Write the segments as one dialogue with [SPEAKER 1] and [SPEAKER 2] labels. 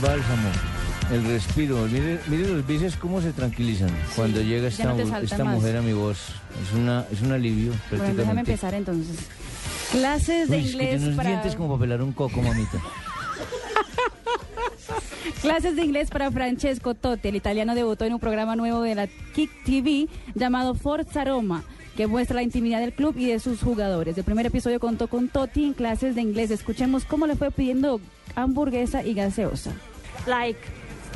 [SPEAKER 1] bálsamo, el respiro. Mire, mire los bices cómo se tranquilizan cuando llega
[SPEAKER 2] ya
[SPEAKER 1] esta,
[SPEAKER 2] no te
[SPEAKER 1] mu-
[SPEAKER 2] salta
[SPEAKER 1] esta
[SPEAKER 2] más.
[SPEAKER 1] mujer a mi voz. Es, una, es un alivio
[SPEAKER 2] Bueno,
[SPEAKER 1] prácticamente.
[SPEAKER 2] déjame empezar entonces. Clases de
[SPEAKER 1] Uy, es que
[SPEAKER 2] inglés
[SPEAKER 1] tiene unos
[SPEAKER 2] para
[SPEAKER 1] dientes como para pelar un coco, mamita.
[SPEAKER 2] clases de inglés para Francesco Totti. El italiano debutó en un programa nuevo de la Kick TV llamado Forza Roma que muestra la intimidad del club y de sus jugadores. El primer episodio contó con Totti en clases de inglés. Escuchemos cómo le fue pidiendo hamburguesa y gaseosa.
[SPEAKER 3] Like,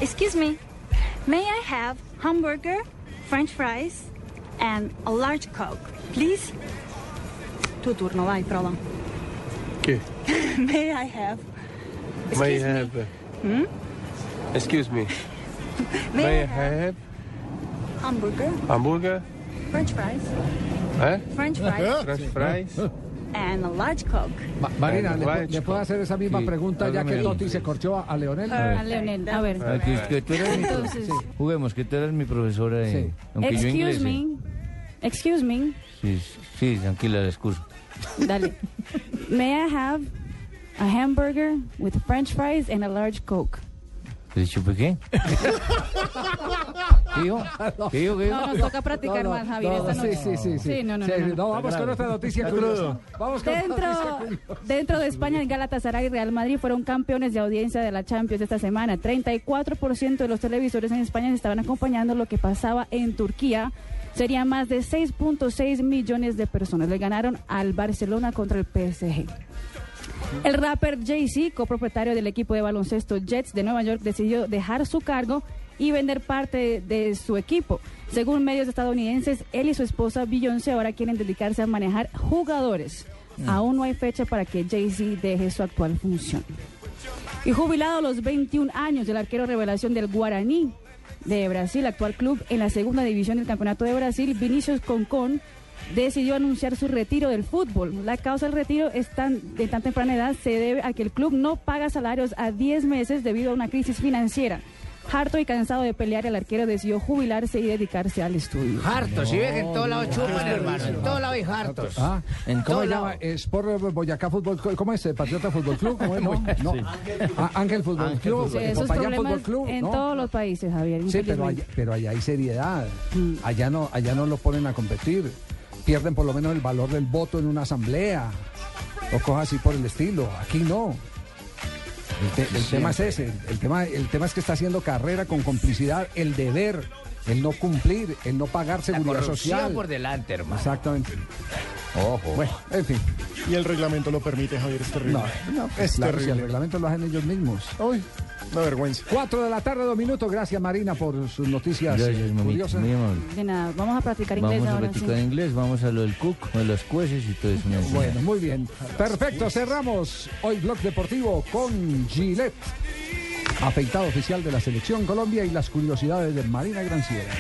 [SPEAKER 3] excuse me, may I have hamburger, french fries, and a large coke, please? Tu turno, vai, prova.
[SPEAKER 4] Okay.
[SPEAKER 3] may I have? Excuse
[SPEAKER 4] may
[SPEAKER 3] me. Hmm?
[SPEAKER 4] I have? Excuse me.
[SPEAKER 3] May I
[SPEAKER 4] have
[SPEAKER 3] Hamburger,
[SPEAKER 4] hamburger,
[SPEAKER 3] french fries,
[SPEAKER 4] eh?
[SPEAKER 3] french fries,
[SPEAKER 4] French fries.
[SPEAKER 3] and a large coke.
[SPEAKER 5] Ma- Marina,
[SPEAKER 4] Eh,
[SPEAKER 5] ¿le,
[SPEAKER 4] Guay,
[SPEAKER 5] pu- le puedo hacer esa misma
[SPEAKER 1] Sí,
[SPEAKER 5] pregunta ya que
[SPEAKER 1] hágame.
[SPEAKER 5] Totti se corchó a, a Leonel?
[SPEAKER 2] A Leonel, a ver.
[SPEAKER 1] Ah, que, que tú eras mi pro-
[SPEAKER 2] Entonces,
[SPEAKER 1] Juguemos, que tú eras mi profesora. de-
[SPEAKER 5] Sí.
[SPEAKER 1] Aunque yo
[SPEAKER 2] excuse
[SPEAKER 1] inglés. eh.
[SPEAKER 2] me. Excuse me.
[SPEAKER 1] Sí, sí, tranquila, la excuso.
[SPEAKER 2] Dale. May I have a hamburger with french fries and a large coke?
[SPEAKER 1] ¿Le chupé qué? ¿Qué dijo? ¿Qué dijo? ¿Qué dijo?
[SPEAKER 2] No, nos toca practicar más, Javier, esta
[SPEAKER 5] sí,
[SPEAKER 2] noche.
[SPEAKER 5] sí, sí, sí.
[SPEAKER 2] Sí, no, no,
[SPEAKER 5] Sí,
[SPEAKER 2] no, no.
[SPEAKER 5] vamos con otra noticia curiosa. Vamos con otra noticia
[SPEAKER 2] Dentro,
[SPEAKER 5] curiosa.
[SPEAKER 2] dentro de España, el Galatasaray y Real Madrid fueron campeones de audiencia de la Champions esta semana. 34% de los televisores en España estaban acompañando lo que pasaba en Turquía. Serían más de 6.6 millones de personas. Le ganaron al Barcelona contra el PSG. El rapper Jay-Z, copropietario del equipo de baloncesto Jets de Nueva York, decidió dejar su cargo y vender parte de su equipo. Según medios estadounidenses, él y su esposa Beyoncé ahora quieren dedicarse a manejar jugadores. Aún no hay fecha para que Jay-Z deje su actual función. Y jubilado a los 21 años, el arquero revelación del Guaraní de Brasil, actual club en la segunda división del Campeonato de Brasil, Vinicius Concón, decidió anunciar su retiro del fútbol. La causa del retiro es tan- de tan temprana edad se debe a que el club no paga salarios a 10 meses debido a una crisis financiera. Harto y cansado de pelear, el arquero decidió jubilarse y dedicarse al estudio.
[SPEAKER 5] Ah,
[SPEAKER 6] Hartos, si ves que en todos lados chupan, hermano. En todos lados hay hartos.
[SPEAKER 5] Ah,
[SPEAKER 6] En
[SPEAKER 5] ¿Cómo
[SPEAKER 6] todos
[SPEAKER 5] se llama?
[SPEAKER 6] lados.
[SPEAKER 5] Sport Boyacá Fútbol Club. ¿Cómo es? Eh, ¿Patriota Fútbol Club? ¿Cómo es? No, no. Ah, Ángel Fútbol
[SPEAKER 1] Ángel
[SPEAKER 5] Club.
[SPEAKER 2] Sí,
[SPEAKER 5] eh,
[SPEAKER 2] esos
[SPEAKER 5] Popayán
[SPEAKER 2] problemas
[SPEAKER 5] Fútbol Club.
[SPEAKER 2] en
[SPEAKER 5] ¿no?
[SPEAKER 2] todos los países, Javier.
[SPEAKER 5] Sí, pero
[SPEAKER 2] infelizmente.
[SPEAKER 5] allá, pero allá hay seriedad.
[SPEAKER 6] Mm.
[SPEAKER 5] Allá no, allá no lo ponen a competir. Pierden por lo menos el valor del voto en una asamblea. O cosas así por el estilo. Aquí no. El, te- el tema es ese. El tema, el tema es que está haciendo carrera con complicidad, el deber, el no cumplir, el no pagar
[SPEAKER 6] La
[SPEAKER 5] seguridad social.
[SPEAKER 6] corrupción por delante, hermano.
[SPEAKER 5] Exactamente.
[SPEAKER 6] Ojo.
[SPEAKER 5] Bueno, en fin.
[SPEAKER 7] Y el reglamento lo permite, Javier, es terrible.
[SPEAKER 5] No, no, pues
[SPEAKER 7] es
[SPEAKER 5] claro, si el
[SPEAKER 7] terrible.
[SPEAKER 5] reglamento lo hacen ellos mismos.
[SPEAKER 7] Uy, una vergüenza.
[SPEAKER 5] Cuatro de la tarde, dos minutos. Gracias, Marina, por sus noticias eh,
[SPEAKER 1] Gracias, mamita.
[SPEAKER 5] curiosas.
[SPEAKER 1] Muy amable.
[SPEAKER 2] De nada, vamos a practicar inglés
[SPEAKER 1] Vamos a
[SPEAKER 2] ahora. sí.
[SPEAKER 1] practicar inglés, vamos a lo del cook, a los jueces y todo eso.
[SPEAKER 5] Bueno, muy bien. Perfecto, cerramos hoy Blog Deportivo con Gillette, afeitado oficial de la Selección Colombia y las curiosidades de Marina Granciera.